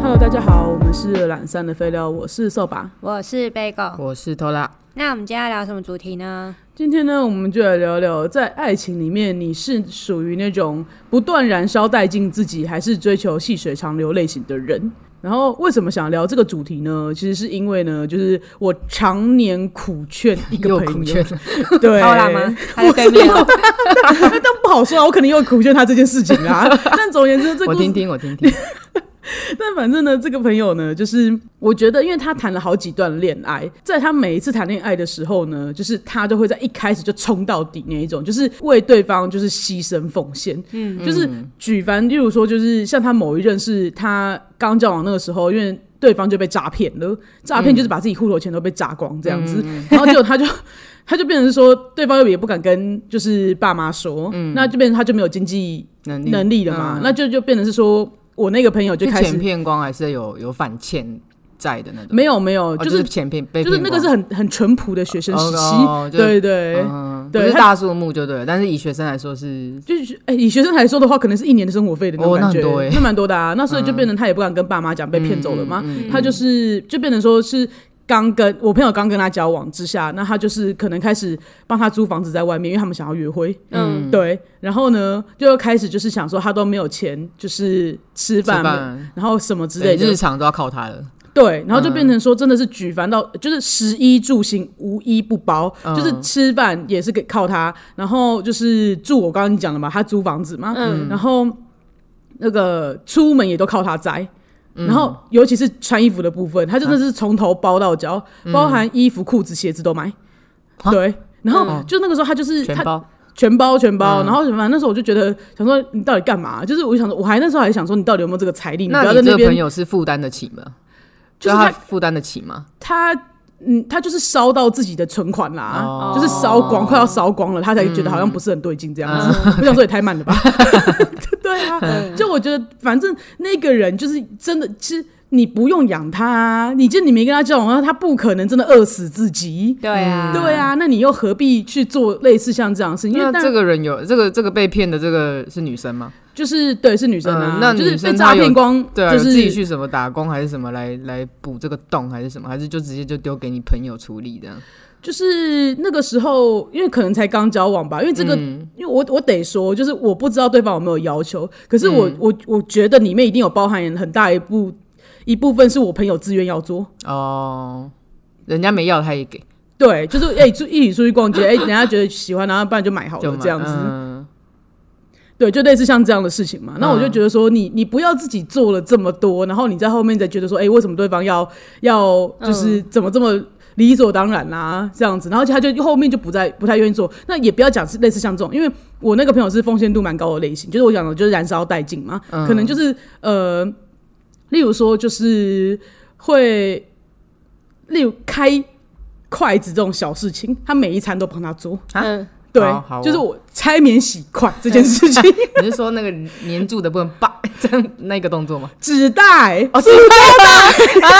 Hello，大家好，我们是懒散的废料，我是扫把。我是 Bagel。我是偷拉，那我们今天要聊什么主题呢？今天呢，我们就来聊聊在爱情里面，你是属于那种不断燃烧殆尽自己，还是追求细水长流类型的人？然后为什么想聊这个主题呢？其实是因为呢，就是我常年苦劝一个 又朋友，苦劝对，奥拉吗？他在对 面哦。但不好说啊，我可能又苦劝他这件事情啊。 但总而言之，这个我听听，我听 听。但反正呢，这个朋友呢，就是我觉得，因为他谈了好几段恋爱，在他每一次谈恋爱的时候呢，就是他都会在一开始就冲到底那一种，就是为对方就是牺牲奉献。嗯，就是举凡例如说，就是像他某一任是他刚交往那个时候，因为。对方就被诈骗了，诈骗就是把自己户头钱都被榨光这样子，然后结果他就 他就变成说，对方又也不敢跟就是爸妈说，那就变成他就没有经济能力能力了嘛，那就就变成是说我那个朋友就开是始钱骗光还是有有反欠债的那种？没有没有，哦，就就是是钱骗被就是骗那个光是很很淳朴的学生时期哦哦，就是对对，嗯，不对是他大数目就对了，但是以学生来说是就是哎，以学生来说的话，可能是一年的生活费的那种哦那感觉很多欸，嗯那蛮多的啊。那所以就变成他也不敢跟爸妈讲被骗走了嘛，他就是就变成说是。刚跟我朋友刚跟他交往之下，那他就是可能开始帮他租房子在外面，因为他们想要约会。嗯，对，然后呢，就开始就是想说他都没有钱，就是吃吃饭，饭然后什么之对类的日，常都要靠他了，对，然后就变成说真的是举凡到、就是食衣住行无一不包，嗯就是吃饭也是给靠他，然后就是住我刚刚讲的嘛，他租房子嘛，嗯然后那个出门也都靠他摘。嗯然后，尤其是穿衣服的部分，他真的是从头包到脚，嗯包含衣服、裤子、鞋子都买。啊对，然后就那个时候他就是全他包。嗯全包全包，然后反正那时候我就觉得想说你到底干嘛？就是我想说，我还那时候还想说你到底有没有这个财力？你不那要你在这个边朋友是负担得起吗？啊就是他他负担得起吗？他嗯，他就是烧到自己的存款啦，哦就是烧光，快要烧光了，他才嗯觉得好像不是很对劲这样子。 我想说也太慢了 吧？对嗯啊，就我觉得反正那个人就是真的，其实你不用养他、啊，你就你没跟他交往，然后他不可能真的饿死自己。对啊，对啊，那你又何必去做类似像这样的事情？因为那但这个人有这个这个被骗的这个是女生吗？就是对，是女生啊，嗯那就是女被生诈她有骗光，对啊，就有是自己去什么打工还是什么来来补这个洞还是什么，还是就直接就丢给你朋友处理这样？就是那个时候，因为可能才刚交往吧，因为这个，嗯因为我我得说，就是我不知道对方有没有要求，可是嗯我、我我觉得里面一定有包含很大一部一部分是我朋友自愿要做，哦，人家没要他也给，对，就是哎、出一起出去逛街，哎、人家觉得喜欢，然后不然就买好就了买这样子，嗯 对，就类似像这样的事情嘛。那我就觉得说你，你不要自己做了这么多，然后你在后面再觉得说，哎、为什么对方要要嗯就是怎么这么理所当然啦、啊这样子，然后他就后面就不再不太愿意做。那也不要讲是类似像这种，因为我那个朋友是奉献度蛮高的类型，就是我讲的就是燃烧殆尽嘛，嗯可能就是呃，例如说就是会，例如开筷子这种小事情，他每一餐都帮他做。嗯，对，好好哦就是我拆免洗筷这件事情，你是说那个粘住的部分 叭这样那个动 作吗？纸袋，哦，是啊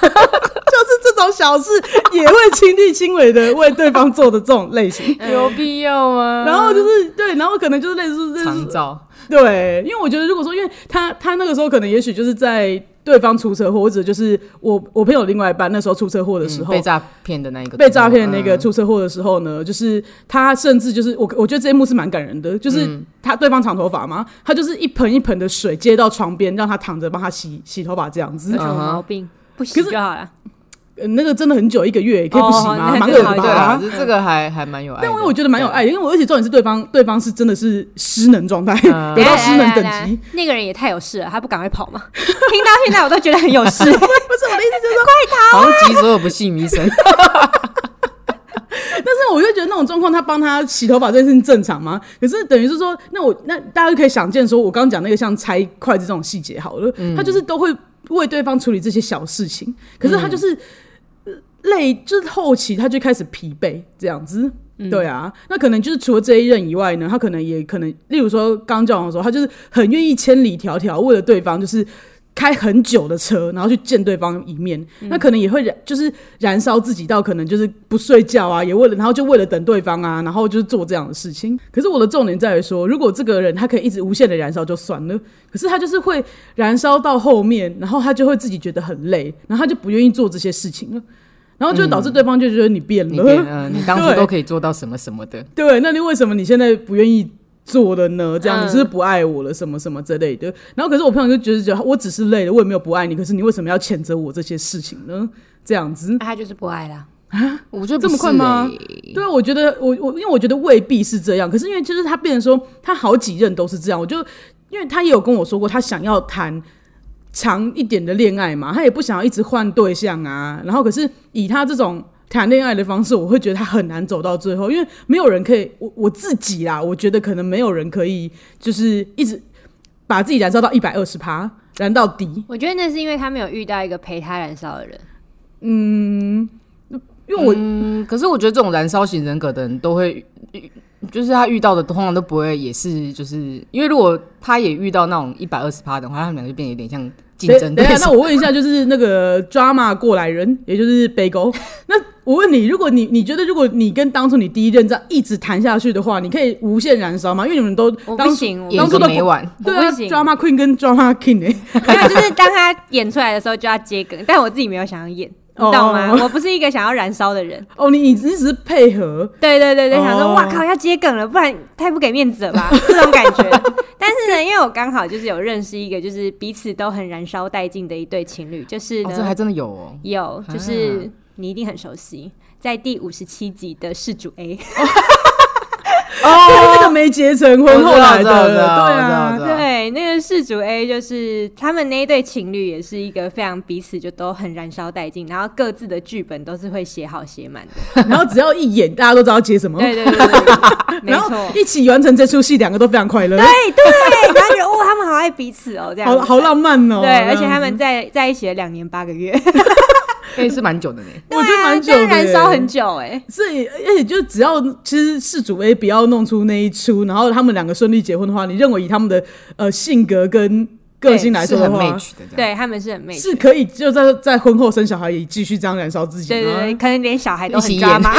就是这种小事也会亲力亲为的为对方做的这种类型。嗯有必要吗？然后就是对，然后可能就是类似类长似照，对，因为我觉得如果说，因为他他那个时候可能也许就是在对方出车祸，或者就是我我朋友另外一半那时候出车祸的时嗯候，被诈嗯骗的那一个，被诈骗的那个出车祸的时候呢，就是他甚至就是我，我觉得这一幕是蛮感人的，嗯就是他对方长头发嘛，他就是一盆一盆的水接到床边，让他躺着帮他洗洗头发这样子嗯有，什么毛病？不洗就好了。呃那个真的很久，一个月也可以不洗哦吗？那蛮这恶的个好嗯。一对点啊，吧？这这个还还蛮有爱的，但我我觉得蛮有爱的，因为我而且重点是对方对方是真的是失能状态，嗯得到失能等来来来级。来那个人也太有事了，他不赶快跑吗？ 听到现在我都觉得很有 不是事。我的意思，就是说，对，好像集所有不幸 迷生，但是我就觉得那种状况，他帮他洗头发这件事情正常吗？可是等于是说，那我那大家就可以想见，说我刚刚讲那个像拆筷子这种细节好了，嗯他就是都会为对方处理这些小事情，可是他就是。呃累就是后期他就开始疲惫这样子，对啊，那可能就是除了这一任以外呢，他可能也可能，例如说刚交往的时候，他就是很愿意千里迢迢为了对方，就是开很久的车，然后去见对方一面，那可能也会燃，就是燃烧自己到可能就是不睡觉啊，也为了，然后就为了等对方啊，然后就是做这样的事情。可是我的重点在于说，如果这个人他可以一直无限的燃烧就算了，可是他就是会燃烧到后面，然后他就会自己觉得很累，然后他就不愿意做这些事情了，然后就会导致对方就觉得嗯你变你了，变呃，你当初对都可以做到什么什么的，对，那你为什么你现在不愿意做了呢？这样、嗯你是不是不爱我了，什么什么之类的。然后可是我朋友就觉得，觉得我只是累了，我也没有不爱你，可是你为什么要谴责我这些事情呢？这样子，那他就是不爱啦。我觉得欸这么快吗？对啊，我觉得我我因为我觉得未必是这样，可是因为就是他变成说他好几任都是这样，我就因为他也有跟我说过，他想要谈。长一点的恋爱嘛，他也不想要一直换对象啊。然后，可是以他这种谈恋爱的方式，我会觉得他很难走到最后，因为没有人可以，我我自己啦，我觉得可能没有人可以就是一直把自己燃烧到一百二十趴，燃到底。我觉得那是因为他没有遇到一个陪他燃烧的人。因为我、嗯，可是我觉得这种燃烧型人格的人都会，嗯就是他遇到的通常都不会，也是就是因为如果他也遇到那种一百二十趴的话，他们两个就变得有点像竞等争等对一下，那手。我问一下，就是那个 drama 过来人，也就是北 狗。那我问你，如果你你觉得，如果你跟当初你第一任这样一直谈下去的话，你可以无限燃烧吗？因为你们都我当不初行，我嗯当演初个都每晚，对啊我不行，drama queen 跟 drama king 哎、没有，就是当他演出来的时候就要接梗，但我自己没有想要演，你哦懂吗？我不是一个想要燃烧的人。哦，你你只是配合，对对对对，想哦说哇靠，要接梗了，不然太不给面子 了吧，这种感觉。但是呢，因为我刚好就是有认识一个，就是彼此都很燃烧殆尽的一对情侣，就是哦，呢、这还真的 有哦。啊有，就是你一定很熟悉，在第五十七集的事主 A，哦啊就是那个没结成婚后来我的，知道我知对道我知道我啊知，道对，那个事主 A 就是他们那一对情侣，也是一个非常彼此就都很燃烧殆尽，然后各自的剧本都是会写好写满的。然后只要一演，大家都知道接什么，对对对 对，对没哦然错。后一起完成这出戏，两个都非常快乐，对对，然后觉得哦，他们好爱彼此哦，这样好子好浪漫哦、对，而且他这样们子在在一起了两年八个 月，也是蛮久的呢。我觉得蛮久对的啊耶，啊这样燃烧很久哎。所以，而且就只要其实事主 A 不要弄出那一出，然后他们两个顺利结婚的话，你认为以他们的呃性格跟个性来是说很的话， match 的这样。对他们是很 match，是可以就在在婚后生小孩也继续这样燃烧自己对对对，吗？可能连小孩都一很起抓演 马，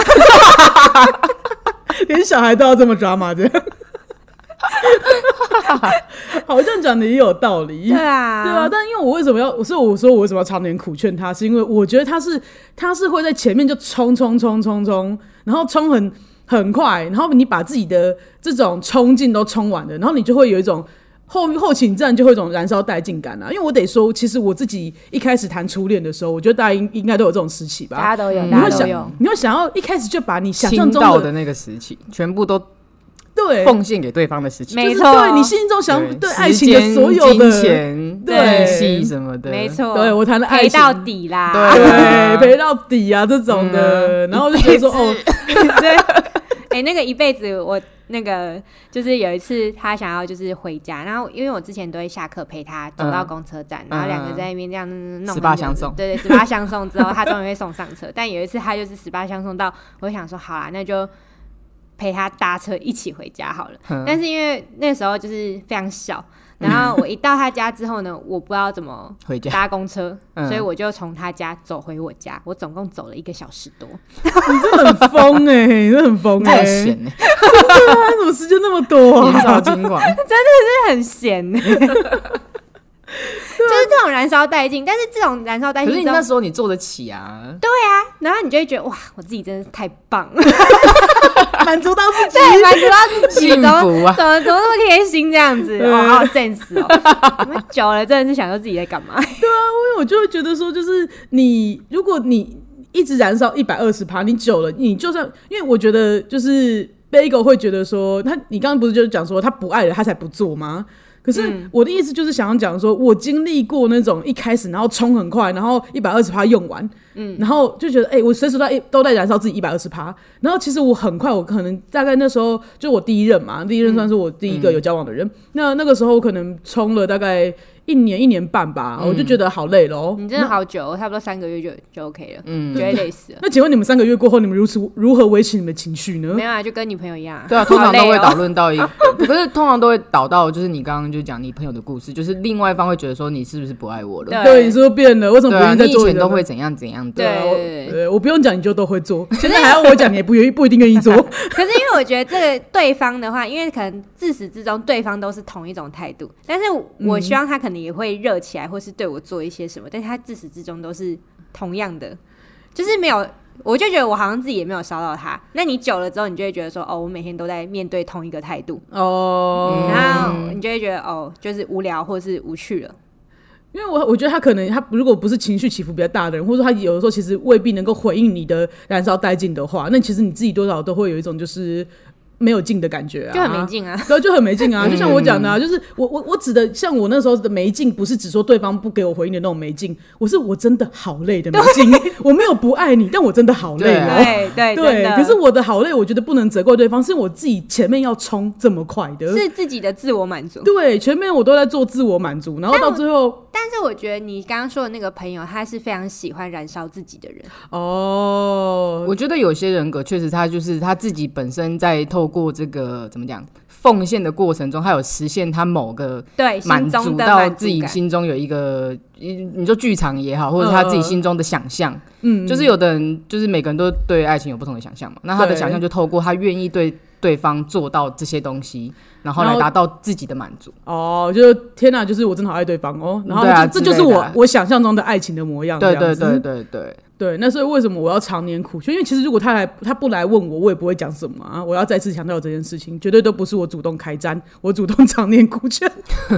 连小孩都要这么抓吗？这 样， 好像讲的也有道理。对啊，对啊，，但因为我为什么要，所以我说我为什么要常年苦劝他，是因为我觉得他是他是会在前面就冲冲冲冲冲，然后冲很很快，然后你把自己的这种冲劲都冲完了，然后你就会有一种。后后勤战就会有一种燃烧殆尽感啊，因为我得说，其实我自己一开始谈初恋的时候，我觉得大家应应该都有这种时期吧。家都有嗯你会大家都想，你会想要一开始就把你想象倾中倒的的那个时期，全部都对，奉献给对方的时期，没就是错，对你心中想对爱时情的间所有的，金钱、对关系什么的，没。错，对我谈的爱陪情到底啦，对对，陪到底啊这种的，然后就觉得说哦，对， 哎，那个一辈子我。那个就是有一次，他想要就是回家，然后因为我之前都会下课陪他走到嗯公车站，然后两个嗯在那边这样弄十八很久相的送对对，十八相送之后，他终于会送上车。但有一次他就是十八相送到，我就想说好啦，那就陪他搭车一起回家好了。嗯但是因为那时候就是非常小，然后我一到他家之后呢，我不知道怎么回家搭公车，嗯所以我就从他家走回我家，我总共走了一个小时多。你这很疯哎，你这很疯哎，太闲 了，他怎么时间那么多年啊？少 轻狂， 很闲 呢、啊就是这种燃烧殆尽，但是这种燃烧殆哎可是尽你之后那，时候你做得起啊，然后你就会觉得哇，我自己真的是太 棒 了，满足到自己，对，满足到自己，幸怎么福啊！怎么怎么那么贴心这样子，对哇，好有 sense 哦！我们久了真的是想说自己在 干嘛，啊因为我就会觉得说，就是你如果你一直燃烧一百二十趴，你久了，你就算因为我觉得就是 Bagel 会觉得说，他你刚刚不是就是讲说他不爱了，他才不做吗？可是我的意思就是想要讲说，我经历过那种一开始然后冲很快，然后一百二十趴用完，嗯，然后就觉得哎、我随时都在都在燃烧自己一百二十趴，然后其实我很快，我可能大概那时候就我第一任嘛，第一任算是我第一个有交往的人，那那个时候我可能冲了大概。一年一年半吧，我就觉得好累喽。你真的好久哦，差不多三个月就就 OK 了，嗯，觉得累死了。那请问你们三个月过后，你们如此如何维持你们的情绪呢没？有啊，就跟女朋友一样啊。嗯对啊，通常都会好导累哦论 到一，可是通常都会导到就是你刚刚就讲你朋友的故事，就是另外一方会觉得说你是不是不爱我了？对，你说变了，为什么对不愿啊，意再你以做前的都呢会怎样怎样的。对啊我对对对，我不用讲，你就都会做。现在还要我讲，你也不愿意，不一定愿意做。 可是因为我觉得这个对方的话，因为可能自始至终对方都是同一种态度，但是我希望他可能也会热起来，或是对我做一些什么，但是他自始至终都是同样的，就是没有。我就觉得我好像自己也没有烧到他，那你久了之后，你就会觉得说，哦，我每天都在面对同一个态度，哦，然后你就会觉得，哦，就是无聊或是无趣了。因为我我觉得他可能他如果不是情绪起伏比较大的人，或者说他有的时候其实未必能够回应你的燃烧殆尽的话，那其实你自己多少都会有一种就是没有劲的感觉啊，就很没劲啊。对啊，就很没劲啊。就像我讲的、啊，嗯就是我我我指的像我那时候的没劲，不是指说对方不给我回应的那种没劲，我是我真的好累的没劲，我没有不爱你，但我真的好累对哦。啊对对真对，的可是我的好累，我觉得不能责怪对方，是我自己前面要冲这么快的，是自己的自我满足。对，前面我都在做自我满足，然后到最后，但是我觉得你刚刚说的那个朋友，他是非常喜欢燃烧自己的人。哦，我觉得有些人格确实他就是他自己本身在透过这个怎么讲奉献的过程中，他有实现他某个对，满心足中的到满自己感心中有一个，你你说剧场也好，或者他自己心中的想象，嗯，就是有的人就是每个人都对爱情有不同的想象嘛，那他的对想象就透过他愿意对对方做到这些东西，然后来然后达到自己的满足。哦，就是天哪，就是我真的好爱对方哦，然后对啊这这之就是类的我啊我想象中的爱情的模样，对这样对子对对对，对，那所以为什么我要常年苦劝？因为其实如果他来他不来问我，我也不会讲什么啊。我要再次强调这件事情，绝对都不是我主动开战，我主动 常年苦劝。就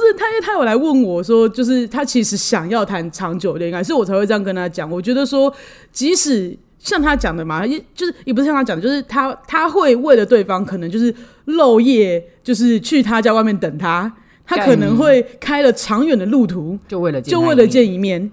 是他，因为他有来问我说，就是他其实想要谈长久恋爱，所以我才会这样跟他讲。我觉得说，即使像他讲的嘛，也就是也不是像他讲的，就是他他会为了对方，可能就是漏夜，就是去他家外面等他，他可能会开了长远的路途，就为了见就他为一了面见一面，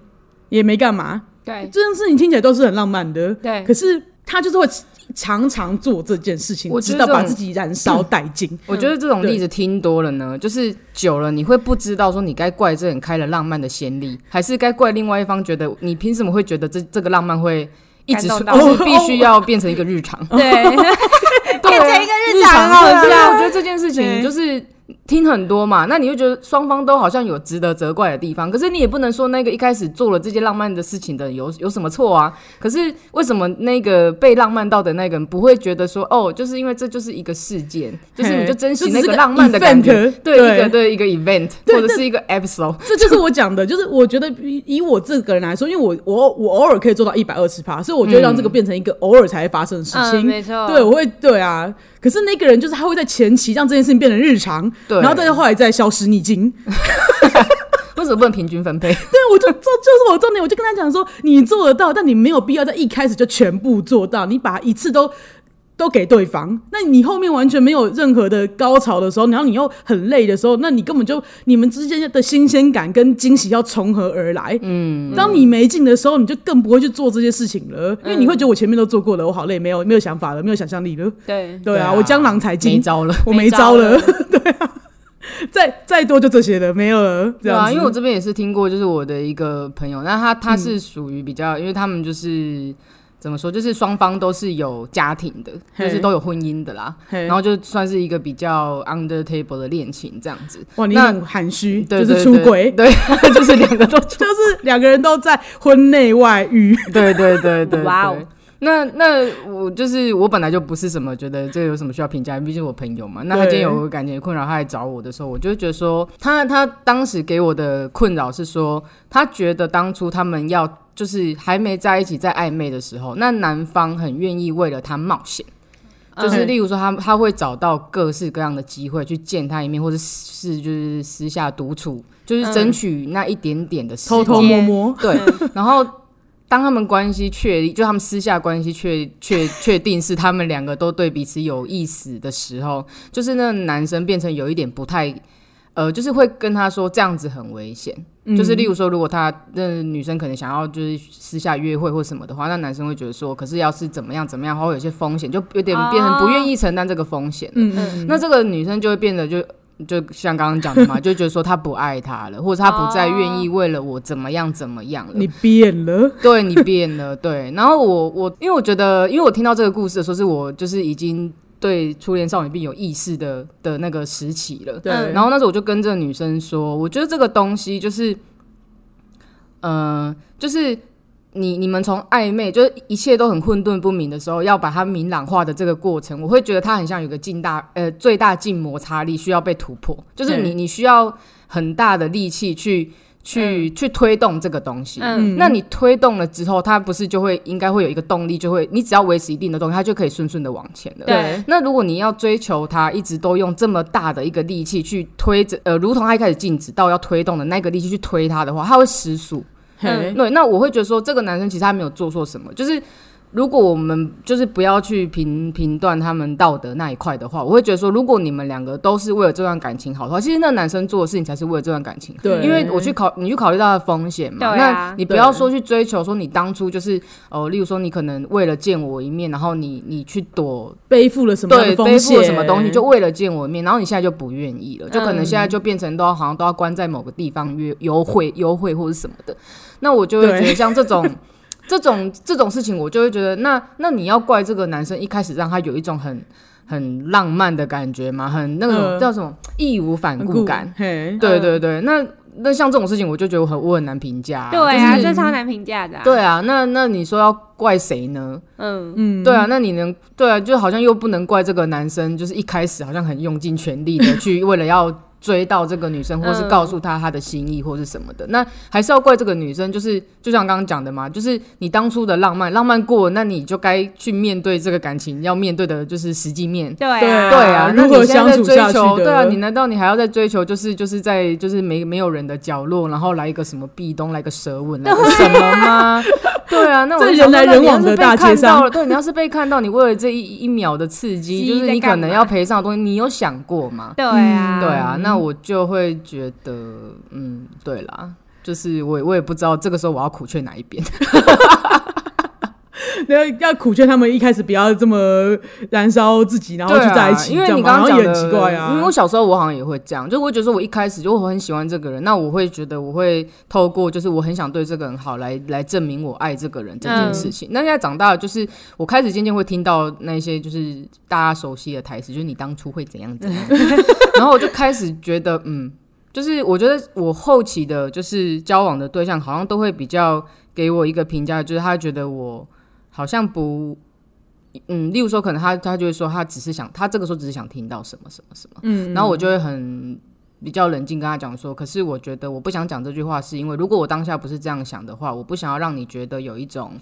也没干嘛。对这件事情听起来都是很浪漫的，对可是他就是会常常做这件事情，我觉直到得这种嗯把自己燃烧殆尽。我觉得这种例子听多了呢，就是久了你会不知道说你该怪这人开了浪漫的先例，还是该怪另外一方觉得你凭什么会觉得这这个浪漫会一直感是动到，就是必须要变成一个日常对， 变成一个日常很好对啊我觉笑。得这件事情对就是。听很多嘛，那你就觉得双方都好像有值得责怪的地方，可是你也不能说那个一开始做了这些浪漫的事情的人有有什么错啊？可是为什么那个被浪漫到的那个人不会觉得说哦，就是因为这就是一个事件，就是你就珍惜嘿就那只个是浪漫的感觉， event，对对一个对一个 event 对或者是一个 episode，这就是我讲的，就是我觉得以以我这个人来说，因为我我我偶尔可以做到一百二十趴，所以我就会让嗯这个变成一个偶尔才会发生的事嗯，情。没错，对，我会对啊。可是那个人就是他会在前期让这件事情变成日常，对然后大家后来再消失匿迹。为什么不能平均分配？对，我就这就是我重点，我就跟他讲说，你做得到，但你没有必要在一开始就全部做到，你把一次都。都给对方，那你后面完全没有任何的高潮的时候，然后你又很累的时候，那你根本就你们之间的新鲜感跟惊喜要从何而来？嗯，当你没劲的时候，你就更不会去做这些事情了，因为你会觉得我前面都做过了，我好累，没有没有想法了，没有想象力了。对对啊，我江郎才没尽，招了。我没没招招了。对啊， 再再多就这些了，没有了。这对样啊，子因为我这边也是听过，就是我的一个朋友，那他他是属于比较，因为他们就是怎么说，就是双方都是有家庭的，嘿就是都有婚姻的啦，嘿然后就算是一个比较 under table 的恋情这样子，哇，你那很含蓄，对就是出轨，对，对 就是两个都出， 就是两个人都在婚内外遇。对对对对，哇哦对。那那我就是我本来就不是什么觉得这有什么需要评价，毕竟我朋友嘛。那他对今天有个感情困扰，他来找我的时候，我就会觉得说，他他当时给我的困扰是说，他觉得当初他们要就是还没在一起在暧昧的时候，那男方很愿意为了他冒险。就是嗯例如说他，他会找到各式各样的机会去见他一面，或者是就是私下独处，就是争取那一点点的时间偷偷摸摸，对，然后当他们关系确立，就他们私下关系确确确定是他们两个都对彼此有意思的时候，就是那个男生变成有一点不太，呃，就是会跟他说这样子很危险。就是例如说，如果他那女生可能想要就是私下约会或什么的话，那男生会觉得说，可是要是怎么样怎么样，他会有一些风险，就有点变成不愿意承担这个风险了。嗯嗯，那这个女生就会变得就就像刚刚讲的嘛，就觉得说他不爱他了，或者他不再愿意为了我怎么样怎么样了。你变了，对你变了，对。然后我我因为我觉得，因为我听到这个故事的时候，是我就是已经对初恋少女病有意识的的那个时期了。对，然后那时候我就跟这个女生说，我觉得这个东西就是，呃，就是你你们从暧昧，就是一切都很混沌不明的时候，要把它明朗化的这个过程，我会觉得它很像有个近大呃最大静摩擦力需要被突破，就是你你需要很大的力气去。去、去推动这个东西， 嗯那你推动了之后，它不是就会应该会有一个动力，就会你只要维持一定的动力，它就可以顺顺的往前了。对那如果你要追求它，一直都用这么大的一个力气去推着，呃，如同它一开始静止到要推动的那个力气去推它的话，它会失速。嘿对，那我会觉得说，这个男生其实他没有做错什么，就是。如果我们就是不要去评评断他们道德那一块的话，我会觉得说，如果你们两个都是为了这段感情好的话，其实那男生做的事情才是为了这段感情好。对，因为我去考，你去考虑到它的风险嘛。对啊那你不要说去追求说你当初就是哦、呃例如说你可能为了见我一面，然后你你去躲背负了什么样对的风背负险？了什么东西，就为了见我一面，然后你现在就不愿意了，就可能现在嗯就变成都要好像都要关在某个地方约优惠优惠或者什么的，那我就会觉对得像这种。 这种这种事情，我就会觉得，那那你要怪这个男生一开始让他有一种很很浪漫的感觉嘛，很那种、嗯叫什么义无反顾感，嘿，对嗯对对，那那像这种事情，我就觉得我很我很难评价、对啊，就是这超难评价的、啊。，对啊，那那你说要怪谁呢？嗯，嗯，对啊，那你能对啊，就好像又不能怪这个男生，就是一开始好像很用尽全力的去 为了要追到这个女生，或是嗯告诉她他的心意或是什么的，那还是要怪这个女生，就是就像刚刚讲的嘛，就是你当初的浪漫，浪漫过了，那你就该去面对这个感情要面对的就是实际面，对啊，对啊，那如何你现在在相处追下去求？的对啊，你难道你还要再追求？就是就是在就是没没有人的角落，然后来一个什么壁咚，来个舌吻，来个什么 吗？对啊，那我在就人想说来那人你要往是的被大街看到上了，对，你要是被看到，你为了这一一秒的刺激，鸡就是在你可干能嘛要赔上的东西，你有想过吗？对啊，对嗯啊，那我就会觉得，嗯，对啦。就是我，我也不知道这个时候我要苦劝哪一边。要要苦劝他们一开始不要这么燃烧自己，然后对就啊，在一起，因为这样你嘛刚然刚讲后的，也很奇怪啊，因为我小时候我好像也会这样，就我会觉得说我一开始就我很喜欢这个人，那我会觉得我会透过就是我很想对这个人好来来证明我爱这个人这件事情。那现在长大了，就是我开始渐渐会听到那些就是大家熟悉的台词，就是你当初会怎样怎样，然后我就开始觉得嗯。就是我觉得我后期的，就是交往的对象，好像都会比较给我一个评价，就是他觉得我好像不嗯，例如说，可能他他就会说，他只是想，他这个时候只是想听到什么什么什么，嗯，然后我就会很比较冷静跟他讲说，可是我觉得我不想讲这句话，是因为如果我当下不是这样想的话，我不想要让你觉得有一种，嗯，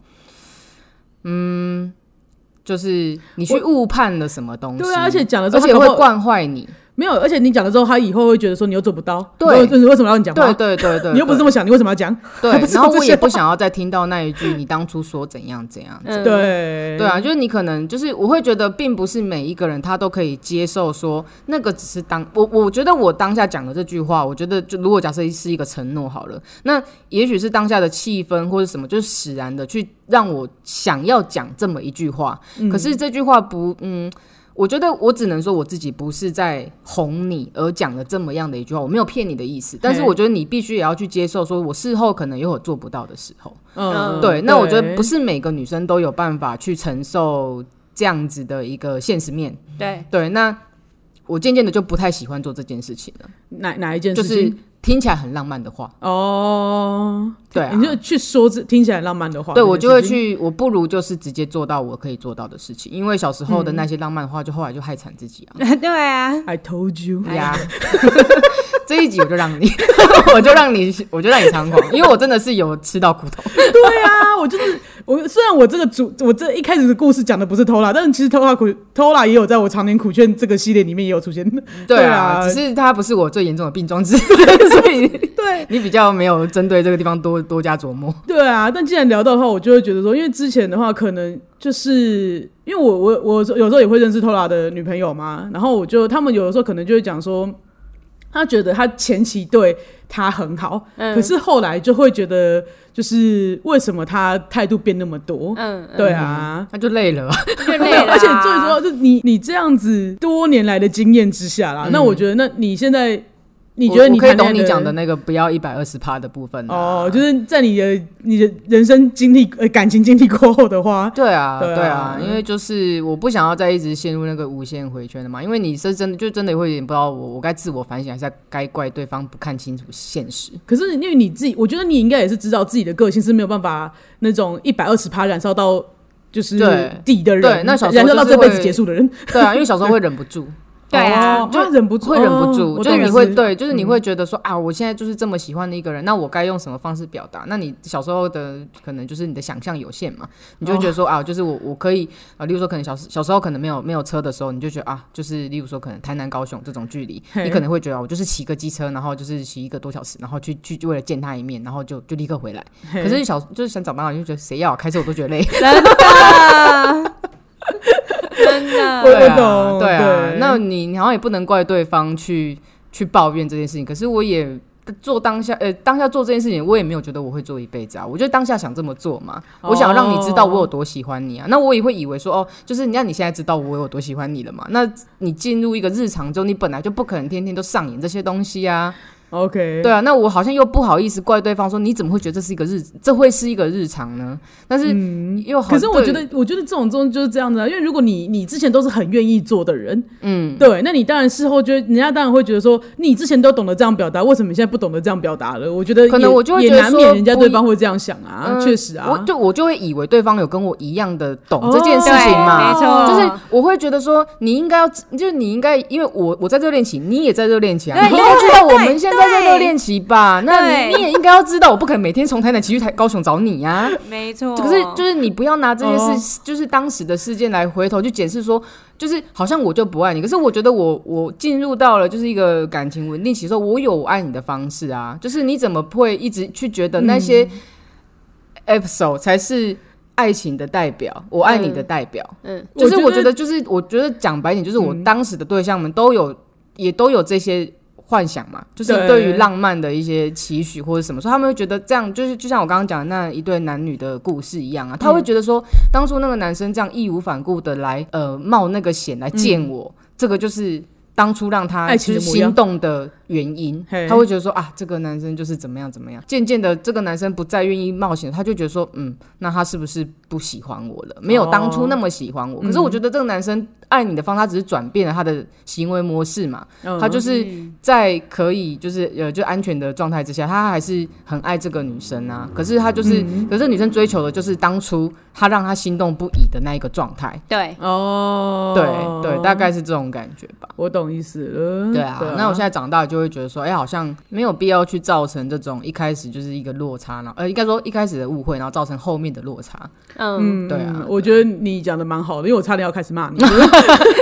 就是你去误判了什么东西，对啊，而且讲了之而后，且他搞会不好惯坏你，没有，而且你讲了之后，他以后会觉得说你又做不到，对你为为什么要你讲对话？对对对，你又不是这对么想，你为什么要讲？还不对，是然后这我些也话不想要再听到那一句你当初说怎样怎样嗯，对对啊，就是你可能就是我会觉得，并不是每一个人他都可以接受说那个只是当我我觉得我当下讲的这句话，我觉得就如果假设是一个承诺好了，那也许是当下的气氛或者什么，就是使然的去让我想要讲这么一句话，可是这句话不嗯。我觉得我只能说我自己不是在哄你而讲了这么样的一句话，我没有骗你的意思，但是嘿我觉得你必须也要去接受，说我事后可能也有做不到的时候。嗯，对，那我觉得不是，是每个女生都有办法去承受这样子的一个现实面。 对，对，那我渐渐的就不太喜欢做这件事情了，哪哪一件就事是情？听起来很浪漫的话，哦，对啊你就去说这听起来很浪漫的话，对我这就件会事情，去，我不如就是直接做到我可以做到的事情，因为小时候嗯的那些浪漫的话，就后来就害惨自己啊。对啊， I told you，呀， 这一集我就让你， 我就让你，我就让你猖狂，因为我真的是有吃到苦头。对啊， 我就是我，虽然我这个主，我这一开始的故事讲的不是偷拉，但是其实偷拉苦偷拉也有在我常年苦劝这个系列里面也有出现， 对对啊，啊只是它不是我最严重的病状之一， 所以对你比较没有针对这个地方多多加琢磨。对啊，但既然聊到的话，我就会觉得说，因为之前的话，可能就是因为我我我有时候也会认识 Tola 的女朋友嘛，然后我就他们有的时候可能就会讲说，他觉得他前期对他很好，嗯可是后来就会觉得，就是为什么他态度变那么多？嗯， 嗯对啊，那就累了。就对，累了啊。而且最主要就是你你这样子多年来的经验之下啦，那我觉得，那你现在你觉得嗯我你我可以谈恋懂爱你讲的那个不要一百二十趴的部分啊哦，就是在你的你的人生经历呃感情经历过后的话，对啊，对对啊啊，因为就是我不想要再一直陷入那个无限回圈的嘛，因为你是真的就真的会有点不知道我我该自我反省，还是该怪对方不看清楚现实。可是因为你自己，我觉得你应该也是知道自己的个性是没有办法那种一百二十趴燃烧到就是对底的人，对那小时燃候烧到就是这会辈子结束的人，对啊，因为小时候会忍不住，对啊哦，会忍不住，会忍不哦住，我就是懂你意会思嗯对，就是你会觉得说、啊，我现在就是这么喜欢的一个人，那我该用什么方式表达？那你小时候的可能就是你的想象有限嘛，你就哦会觉得说、啊，就是我我可以啊，例如说可能小时小时候可能没有没有车的时候，你就觉得啊，就是例如说可能台南高雄这种距离，嘿你可能会觉得啊我就是骑个机车，然后就是骑一个多小时，然后去去为了见他一面，然后就就立刻回来。嘿可是小就是想长大了，你就觉得谁要啊开车我都觉得累。真的，真的， 我对啊懂对啊，对那你你好像也不能怪对方去去抱怨这件事情，可是我也。做当下，呃，当下做这件事情，我也没有觉得我会做一辈子啊。我就当下想这么做嘛，哦我想让你知道我有多喜欢你啊。那我也会以为说，哦，就是那你现在知道我有多喜欢你了嘛？那你进入一个日常之后，你本来就不可能天天都上演这些东西啊。 OK，对啊，那我好像又不好意思怪对方说，你怎么会觉得这是一个日，这会是一个日常呢？但是又好，嗯可是我对觉得，我觉得这种东西就是这样子啊，因为如果你你之前都是很愿意做的人，嗯，对，那你当然事后觉得，人家当然会觉得说，你之前都懂得这样表达，为什么你现在不懂得这样表达了？我觉得可能也我就会也觉得难说免人家不对一方会这样想啊，嗯确实啊，我就我就会以为对方有跟我一样的懂哦这件事情嘛，哦对没错就是我会觉得说你应该要，就是你应该，因为我我在热恋期，你也在热恋期啊，对你应该知道我们对现在在热恋期吧？那对你你也应该要知道，我不可能每天从台南骑去台高雄找你呀、啊。没错。可是就是你不要拿这件事哦，就是当时的事件来回头去检视说，就是好像我就不爱你，可是我觉得我我进入到了就是一个感情稳定期的时候，我有我爱你的方式啊，就是你怎么会一直去觉得那些 episode 才是爱情的代表，我爱你的代表，嗯，就是我我觉得觉得就是我觉得讲白一点，就是我当时的对象们都有、也都有这些。幻想嘛，就是对对于浪漫的一些期许或者什么，所以他们会觉得这样，就是就像我刚刚讲的那一对男女的故事一嗯样啊，他会觉得说，当初那个男生这样义无反顾的来呃冒那个险来见我，这个就是当初让嗯他爱情就的是模样心动的原因嘿，他会觉得说啊，这个男生就是怎么样怎么样。渐渐的，这个男生不再愿意冒险，他就觉得说，嗯，那他是不是不喜欢我了？没有当初那么喜欢哦我。可嗯是我觉得这个男生爱你的方，他只是转变了他的行为模式嘛，嗯他就是在可以就是呃就安全的状态之下，他还是很爱这个女生啊。可是他就是，嗯可是女生追求的就是当初他让他心动不已的那一个状态。对，哦，嗯对对，大概是这种感觉吧。我懂意思了，对啊，那我现在长大就会觉得说，哎、好像没有必要去造成这种一开始就是一个落差，然后呃，应该说一开始的误会，然后造成后面的落差。嗯，嗯对啊，我觉得你讲的蛮好的，因为我差点要开始骂你，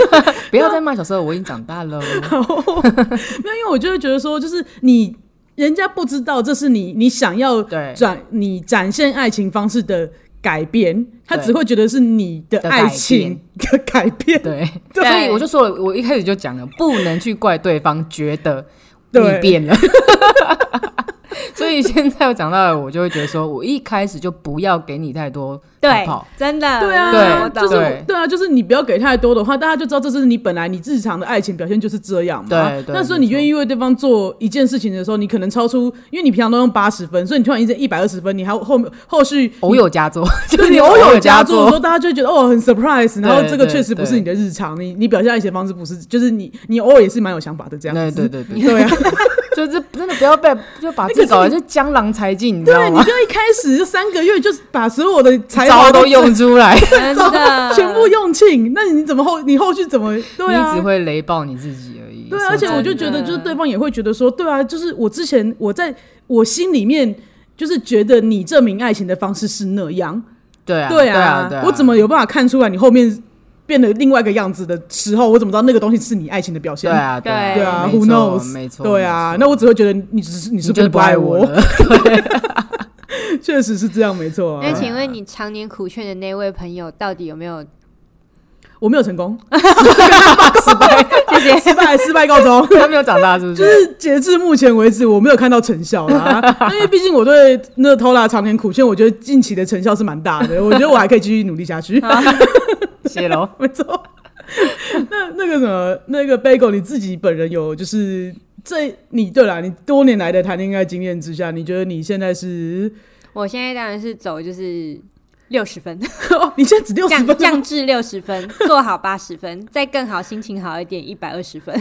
不要再骂小时候，我已经长大了。没有，因为我就会觉得说，就是你人家不知道这是你你想要对展你展现爱情方式的改变，他对只会觉得是你的的爱改情的改变。对，对所以我就说了，我一开始就讲了，不能去怪对方觉得你对变了。 所以现在我长大了，我就会觉得说，我一开始就不要给你太多泡对泡。，真的，对啊，就我懂是对我对啊，就是你不要给太多的话，大家就知道这是你本来你日常的爱情表现就是这样嘛。对对那所以你愿意为对方做一件事情的时候，你可能超出，因为你平常都用八十分，所以你突然一直一百二十分，你还后后续偶有 佳作，就对是你偶偶有哦有佳佳作的时候，作。大家就会觉得哦很 surprise，然后对这个对确实不对是你的日常，你你表现爱情方式不是，就是你你偶尔也是蛮有想法的这样对子，对对对，对啊， 就是真的不要被就把自己搞得就江郎才尽，你知道对，你吗？就一开始就三个月就是把所有的才华 招都用出来，真招 的，全部用尽，那你怎么后你后续怎么对啊？你只会雷爆你自己而已。对啊，说而且我真就的觉得，就是对方也会觉得说，对啊，就是我之前我在我心里面。就是觉得你证明爱情的方式是那样，对啊，对对啊，对啊我怎么有办法看出来你后面变得另外一个样子的时候，我怎么知道那个东西是你爱情的表现？对啊，对啊，对对啊没，Who 错 knows？没错，对啊，没错那我只会觉得你只是你是不你就是是不不爱爱我我，了。 确实是这样，没错那啊。请问你常年苦劝的那位朋友到底有没有？我没有成功，失败，谢谢。 失败失败告终。他没有长大，是不？就是是截至目前为止，我没有看到成效啦、因为毕竟我对那偷拉常年苦劝，我觉得近期的成效是蛮大的，我觉得我还可以继续努力下去。谢喽。 没错。那那个什么，那个 Bagel 你自己本人有就是这你对啦，你多年来的谈恋爱经验之下，你觉得你现在是我现在当然是走就是六十分，哦，你现在只六十降分降至六十分，做好八十分，再更好，心情好一点，一百二十分。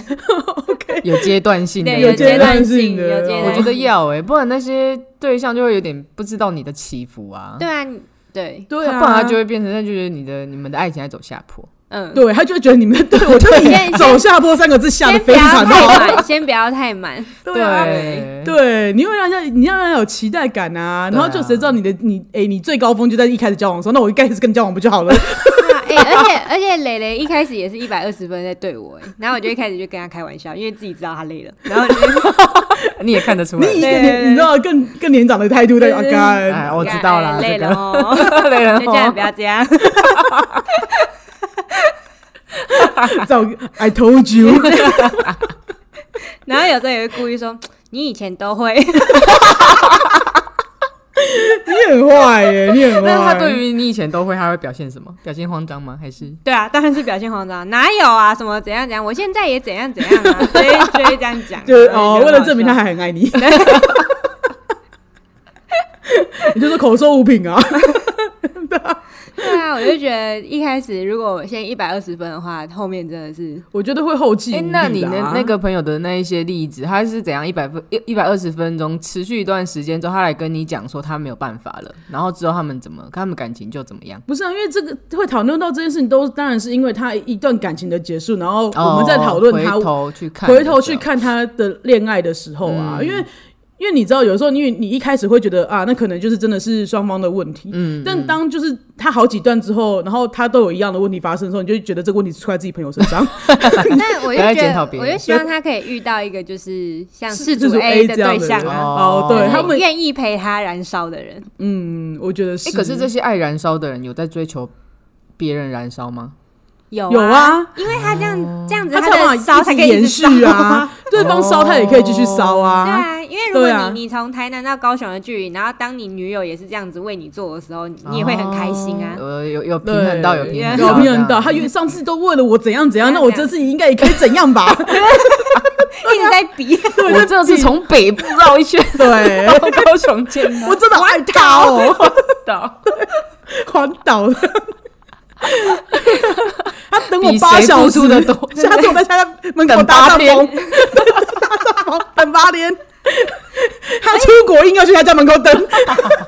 ，OK，有阶段性的，对，有有阶阶段段性性，的有阶哦段性。我觉得要哎、不然那些对象就会有点不知道你的起伏啊。对啊，你对，对啊，不然他就会变成，那就是你的你们的爱情在走下坡。嗯，对，他就会觉得你们对我就以你先走下坡三个字下的先不非要常太好，满，先不要太满。对啊。对，你会让人家，你让人家有期待感啊，然后对就啊谁知道你的你，哎、你最高峰就在一开始交往的时候，那我一开始跟你交往不就好了？对啊，哎，而且而且蕾蕾一开始也是一百二十分在对我，哎，然后我就一开始就跟她开玩笑，因为自己知道她累了，然后我就你也看得出啊你来。以一个对年，你知道更更年长的态度在对啊，对对干哎，我知道啦，哎 累了这个 哦，累了就这样不哦。要这样。早，I told you，然后有时候也会故意说。你以前都会， 你很坏耶，你很那他对坏。于你以前都会，他会表现什么？表现慌张吗？还是对啊，当然是表现慌张，哪有啊？什么怎样怎样？我现在也怎样怎样 啊？所以就会这样讲，就是然后哦，就为很了好证明他笑还很爱你，你就是口说无凭啊。对啊，我就觉得一开始如果我现在一百二十分的话，后面真的 是我觉得会后继哎、无力的啊那你那那个朋友的那一些例子，他是怎样一百分一一百二十分钟持续一段时间之后，他来跟你讲说他没有办法了，然后之后他们怎么，他们感情就怎么样？不是啊，因为这个会讨论到这件事情，都当然是因为他一段感情的结束，然后我们在讨论他哦回头去看，回头去，看他的恋爱的时候啊，因为因为你知道，有时候因为你一开始会觉得啊，那可能就是真的是双方的问题，嗯，但当就是他好几段之后，然后他都有一样的问题发生的时候，你就会觉得这个问题出在自己朋友身上，但我就不要觉检得讨，别我人就希望他可以遇到一个就是像事就主是 A 的这样对的象人啊，哦，就对是他们，愿意陪他燃烧的人，嗯，我觉得是，哎、可是这些爱燃烧的人有在追求别人燃烧吗？有有啊，啊，因为他这样这样子，他才的有烧办法才一可直以一延直续烧。啊， 对方烧他也可以继续烧对啊，啊，因为如果对你、啊你从台南到高雄的距离，然后当你女友也是这样子为你做的时候，你也会很开心啊。呃，有有平衡到，有对平衡有到，平衡到。这他样原上次都为了我怎样怎样，怎样那我这次应该也可以怎样吧？一直在比，我这次从北部绕一圈对， 到高雄见到我真的爱他哦，到， 环岛的。他等我比八谁小付时出的，多。下次我在 他家门口等搭八帐天篷，搭帐篷等八天。 他出国硬要去他家门口等，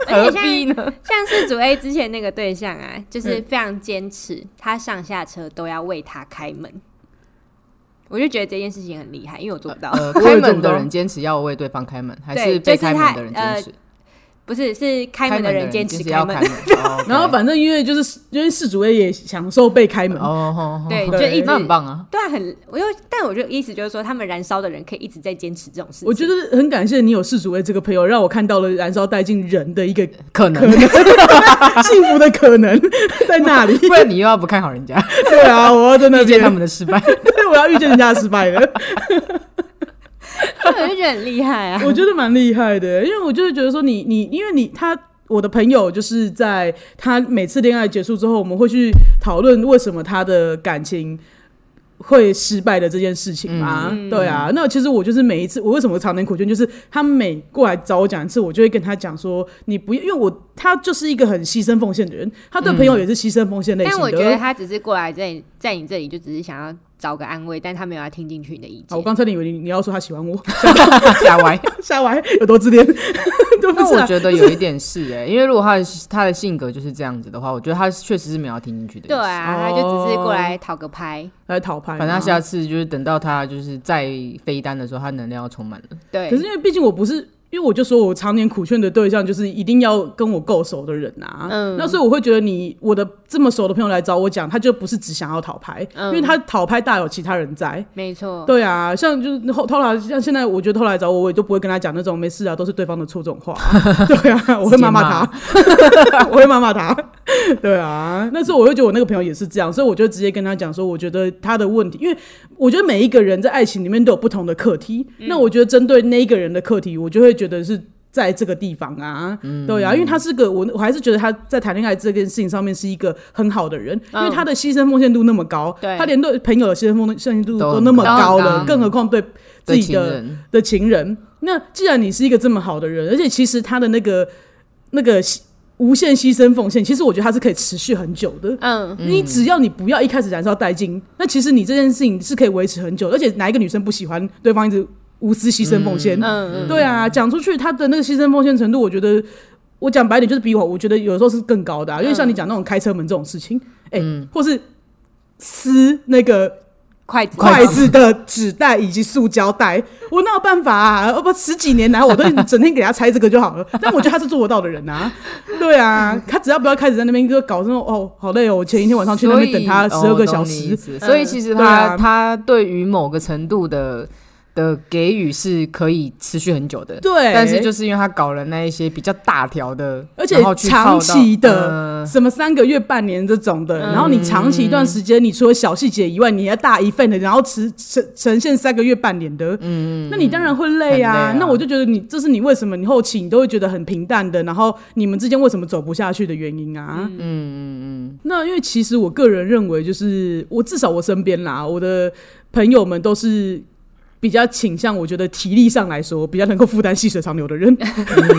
而何且必呢？像是主 A 之前那个对象啊，就是非常坚持，他上下车都要为他开门。我就觉得这件事情很厉害，因为我做不到。呃，我也做开不门到的人坚持要为对方开门，还对是就被是开他门的人坚持？不是，是开门门的人人坚持持要开开门。门，哦，OK 然后反正因为就是因为事主 A 也享受被开门，哦哦，哦对哦就一直那很棒啊。对啊，很，我又，但我就意思就是说，他们燃烧的人可以一直在坚持这种事情。我觉得很感谢你有事主 A 这个朋友，让我看到了燃烧殆尽人的一 个可能可，能幸福的可能在那 里。 不然你又要不看好人家，对啊，我要在那遇见边他，们的失败。对， 我要遇见人家的失败了。 对，我就觉得很厉害啊。 我觉得蛮厉害的，因为我就是觉得说你你，因为你他。我的朋友就是在他每次恋爱结束之后，我们会去讨论为什么他的感情会失败的这件事情嘛。嗯对啊，那其实我就是每一次，我为什么常年苦劝，就是他每过来找我讲一次，我就会跟他讲说，你不要，因为我他就是一个很牺牲奉献的人，他对朋友也是牺牲奉献类型但的。嗯啊我觉得他只是过来在你在你这里，就只是想要找个安慰，但他没有要听进去你的意哦好，我见。刚才以为你你要说他喜欢我，吓歪。吓我还有多自 恋，对不那起、我啊。觉得有一点是哎，因为如果他的他的性格就是这样子的话，我觉得他确实是没有要听进去的。对，啊，他就只是过哦来讨个拍。来讨牌嘛，反正他下次就是等到他就是再飞单的时候，他能量要充满了。对，可是因为毕竟我不是。因为我就说我常年苦劝的对象就是一定要跟我够熟的人啊，嗯那所以我会觉得你我的这么熟的朋友来找我讲，他就不是只想要讨拍，嗯因为他讨拍大有其他人在。没错，对啊，像就是后偷来，像现在我觉得偷来找我，我也就不会跟他讲那种没事啊，都是对方的错这种话啊。 对啊，我会骂骂他， 我会骂骂他。对啊，那时候我会觉得我那个朋友也是这样，所以我就直接跟他讲说，我觉得他的问题，因为我觉得每一个人在爱情里面都有不同的课题。嗯那我觉得针对那一个人的课题，我就会觉得是。在这个地方啊，嗯对啊，因为他是个我，我还是觉得他在谈恋爱这件事情上面是一个很好的人，因为嗯他的牺牲奉献度那么高，对他连对朋友的牺牲奉献度都都很那么高高都了，很高更何况对自对己情的人，的情人。那既然你是一个这么好的人，而且其实他的那个那个牺无限牺牲奉献，其实我觉得他是可以持续很久的。嗯，你只要你不要一开始燃烧殆尽，那其实你这件事情是可以维持很久的。而且哪一个女生不喜欢对方一直无私牺牲奉献？嗯嗯对啊，讲出去他的那个牺牲奉献程度，我觉得我讲白点就是比我，我觉得有时候是更高的、啊，因为像你讲那种开车门这种事情，哎、或是撕那个筷子，筷子的纸袋以及塑胶袋，我哪有办法啊？要不十几年来我都整天给他拆这个就好了。但我觉得他是做得到的人啊，对啊，他只要不要开始在那边就搞这种哦，好累哦，我前一天晚上去那所以边等他十二个小时，嗯哦懂你意思所以其实对他、啊他对于某个程度的的给予是可以持续很久的。对，但是就是因为他搞了那一些比较大条的，而且然后去靠长到期的呃什么三个月、半年这种的，然后你长期一段时间，你除了小细节以外，你要大一份的，然后呈呈呈现三个月、半年的，嗯，那你当然会累啊。很累啊那我就觉得你这是你为什么你后期你都会觉得很平淡的，然后你们之间为什么走不下去的原因啊。嗯嗯嗯。那因为其实我个人认为，就是我至少我身边啦，我的朋友们都是。比较倾向，我觉得体力上来说，比较能够负担细水长流的人，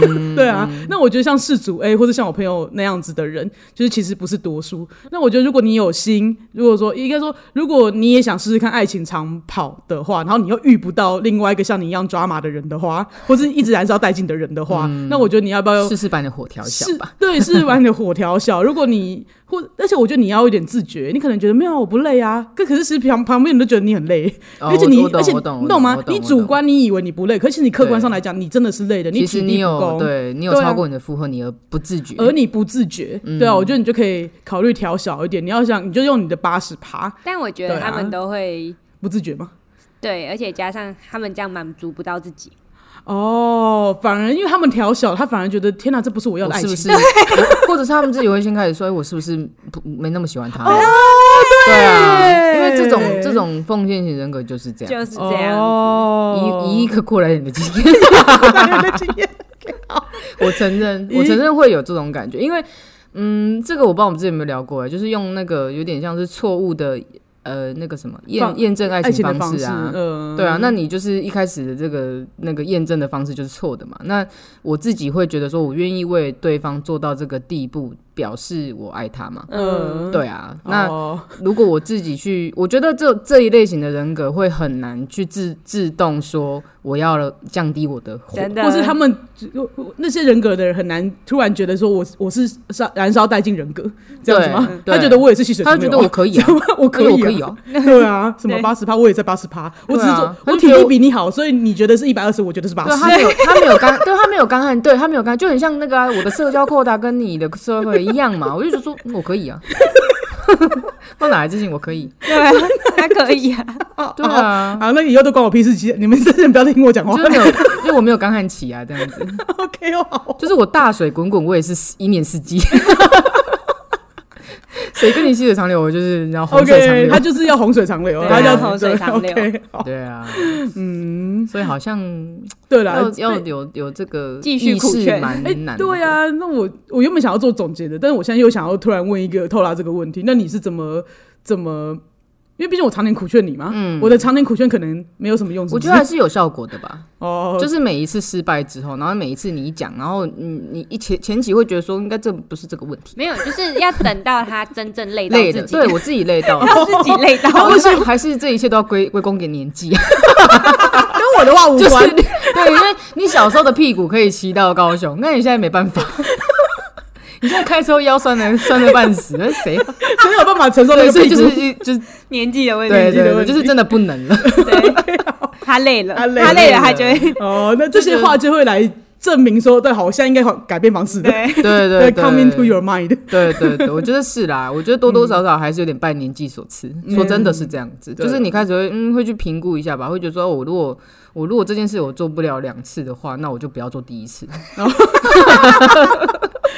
嗯对啊，那我觉得像事主 A 或者像我朋友那样子的人，就是其实不是多数。那我觉得如果你有心，如果说应该说，如果你也想试试看爱情长跑的话，然后你又遇不到另外一个像你一样抓马的人的 话，或是一直燃烧殆尽的人的话，嗯那我觉得你要不要试试把你的火调小呃是吧。对，是把你的火调小。如果你或而且我觉得你要有点自觉，你可能觉得没有啊我不累啊，可可是其实旁旁边人都觉得你很累，哦而且我你我懂而且我懂你我懂吗我？你我主懂观你以为你不累，可是你客观对上来讲，你真的是累的，其体实力你不有够。对你有对啊超过你的负荷，你而不自觉。而你不自觉，嗯对啊，我觉得你就可以考虑调小一点。你要想，你就用你的八十趴，但我觉得对啊他们都会不自觉吗？对，而且加上他们这样满足不到自己，哦，反而因为他们调小，他反而觉得天哪，这不是我要我的爱是情。不 是？我或者是他们自己会先开始说，哎我是不是不没那么喜欢他？哦对啊，因为这种这种奉献型人格就是这样。就是这样。啊哦，以以一个过来人的经验，大人的经验， 我承认，我承认会有这种感觉，因为，嗯，这个我不知道我们之前有没有聊过、哎，就是用那个有点像是错误的，呃，那个什么验放验证爱爱情情的方式式啊，嗯，对啊，那你就是一开始的这个那个验证的方式就是错的嘛。那我自己会觉得说，我愿意为对方做到这个地步，表示我爱他嘛。嗯，对啊，那哦如果我自己去，我觉得这这一类型的人格会很难去自自动说我要了降低我的火，真的，或是他们那些人格的人很难突然觉得说我我是烧燃烧殆尽人格这样子吗？对他觉得我也是细水他长就觉流得我啊，可以啊， 我可可以我可啊以哦，对啊，什么对八十趴，我也在八十趴，我只是对做啊他我就体觉得力我比你好，所以你觉得是一百二十，我觉啊得是八对啊十。他没有，他没有干，对他没有干旱，对他没有干，就很像那个啊、我的社交扣打跟你的社会一样 嘛。我就觉得说，嗯我可以啊， 我哪来自信？我可以，对啊， 他可以啊，对啊， 好，那以后都关我屁事，其实你们 这些人不要再听我讲话就。是没有，因为我没有干旱期啊，这样 子， OK 哦， 好就是我大水滚滚，我也是一年四季。 谁跟你细水长流？我就是然后洪水长，OK，流。他就是要洪水长流，对他叫洪水长流 OK，好，对啊，嗯，所以好像对啊要啦，要有有这个继续意识苦劝蛮哎难的。，对啊，那我我原本想要做总结的，但是我现在又想要突然问一个透拉这个问题，那你是怎么怎么？因为毕竟我常年苦劝你嘛，嗯，我的常年苦劝可能没有什么用，我是觉得不还是是有效果的吧。哦，就是每一次失败之后，然后每一次你一讲，然后你你一前前期会觉得说，应该这不是这个问题，没有，就是要等到他真正累到累的，自己，对我自己累 到了。要自己累到然后了我想还是这一切都要归归功给年纪，啊跟我的 话无就是 关，对，因为你小时候的屁股可以骑到高雄，那你现在没办法， 你现在开车腰酸的酸的半死，那谁？啊谁有办法承受那个 对，所以屁就股？是就是年纪的问对对题，对，就是真的不能了。对，他累了，他累他累了，了他就会哦，那这些话就会来证明说，对，好，我现在应该改变方式的。对，对 对对对，come into your mind。 对对对，我觉得是啦，我觉得多多少少还是有点拜年纪所赐。说真的是这样子，对就是你开始会嗯会去评估一下吧，会觉得说哦我如果我如果这件事我做不了两次的话，那我就不要做第一次。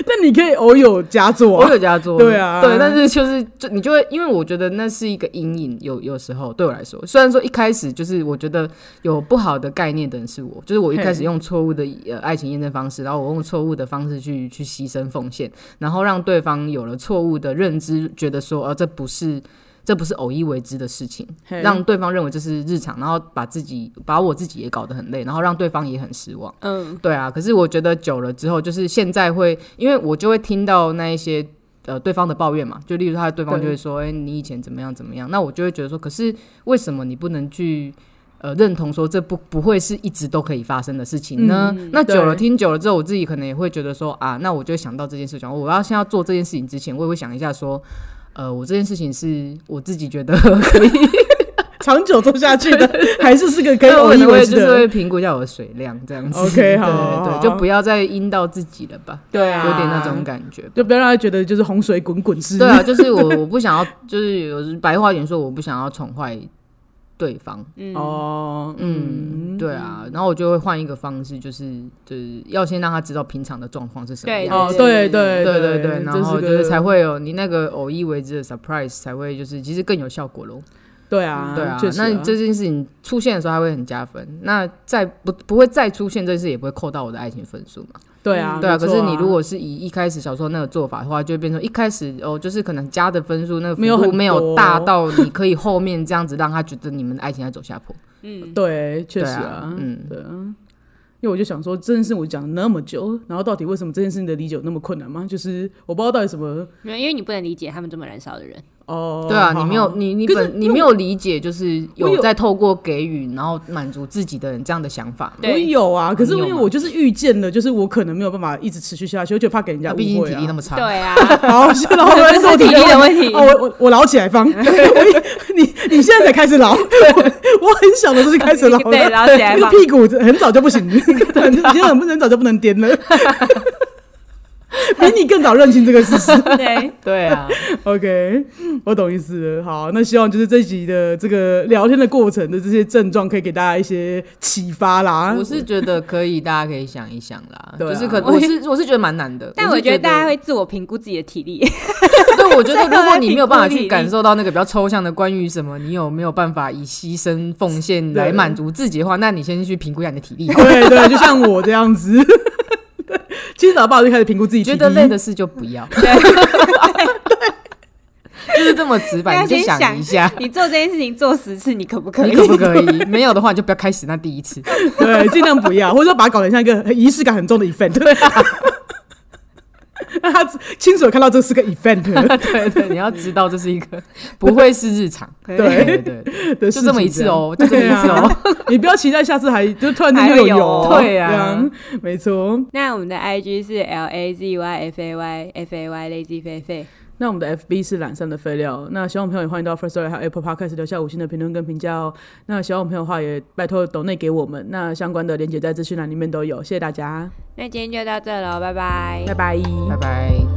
但你可以偶有佳作我啊。有加做，对啊对，但是就是就你就会，因为我觉得那是一个阴影，有有时候对我来说，虽然说一开始就是我觉得有不好的概念的人是我，就是我一开始嘿用错误的呃爱情验证方式，然后我用错误的方式去去牺牲奉献，然后让对方有了错误的认知，觉得说呃这不是。这不是偶一为之的事情，嘿让对方认为这是日常，然后把自己把我自己也搞得很累，然后让对方也很失望。嗯，对啊，可是我觉得久了之后，就是现在会，因为我就会听到那一些呃对方的抱怨嘛，就例如他对方就会说，哎、你以前怎么样怎么样，那我就会觉得说，可是为什么你不能去？呃，认同说这不不会是一直都可以发生的事情呢？那久了对听久了之后，我自己可能也会觉得说啊，那我就会想到这件事情，我要先要做这件事情之前，我也会想一下说，呃，我这件事情是我自己觉得 可以长久做下去的，还是是个可以 对我偶 可一能会为就之是的。会评估一下我的水量这样子。 OK，对好对好对，就不要再阴到自己了吧，对有啊点那种感觉。就不要让他觉得就是洪水滚滚之对 啊，就是我我不想要，就是有白话点说，我不想要宠坏对方。哦，嗯，对啊，然后我就会换一个方式，就是就是要先让他知道平常的状况是什么对样哦，子。对对对对对对，然这后是就是个才会有你那个偶一为之的 surprise，才会就是其实更有效果喽。对啊，对啊确，实那这件事情出现的时候，它会很加分。那再不不会再出现这件事，也不会扣到我的爱情分数嘛？对啊，对啊。没可错是你如果是以一开始小时候那个做法的话，就会变成一开始哦，就是可能加的分数那个幅没有度很没有多大到你可以后面这样子让他觉得你们的爱情在走下坡。对，确对实啊，嗯，对啊，因为我就想说，这件事我讲了那么久，然后到底为什么这件事情的理解有那么困难吗？就是我不知道到底什么没有，因为你不能理解他们这么燃烧的人。哦，对啊，好你没有好你你可是本你没有理解，就是我有有在透过给予然后满足自己的人这样的想法嘛。对我有啊，可是你因为有吗我就是遇见了，就是我可能没有办法一直持续下去，我就怕给人家他误毕竟会体力那啊。么差，对啊，好，现 在我们这是体力的问题。哦，我我我老起来 方，我你你现在才开始老，我我很小的时候就开始老 对，了，然后起来那个放。屁股很早就不 行，已经很很早就不能颠了，比你更早认清这个 事实。对，对 啊， OK，我懂意思了。好，那希望就是这集的这个聊天的过程的这些症状，可以给大家一些启发啦。我是觉得可以，大家可以想一想啦。对啊就是可我我是我是觉得蛮难的，但我我是觉觉得大家会自我评估自己的体力。 对，我觉得如果你没有办法在评估去里感受到那个比较抽象的关于什么，你有没有办法以牺牲奉献来对满足自己的话，那你先去评估一下你的 体力。对对，就像我这样子。 对，今天早爸就开始评估自己你体觉力，得累的事就不要，对，就是这么直白，大你家就先想一下， 你做这件事情做十次，你可 不可以？你可不可以？没有的话，你就不要开始那第一次。对，尽量不要，或者说把它搞得像一个仪式感很重的 event。对、 那他亲手看到这是个 event 对对，你要知道这是一个 不会是日常， 对对对，对的事就情这么一次，哦，就这么对一次哦。啊，你不要期待下次还就突然间又还有，会有 对啊没错。那我们的 IG 是 L A Z Y F A Y F A Y Lazy 菲菲。那我们的 FB 是懒散的废料，那喜欢我们朋友也欢迎到 First Story 还有 Apple Podcast 留下五星的评论跟评价哦。那喜欢我们朋友的话，也拜托抖内给我们，那相关的链接在资讯栏里面都有，谢谢大家，那今天就到这喽，拜拜拜拜拜拜。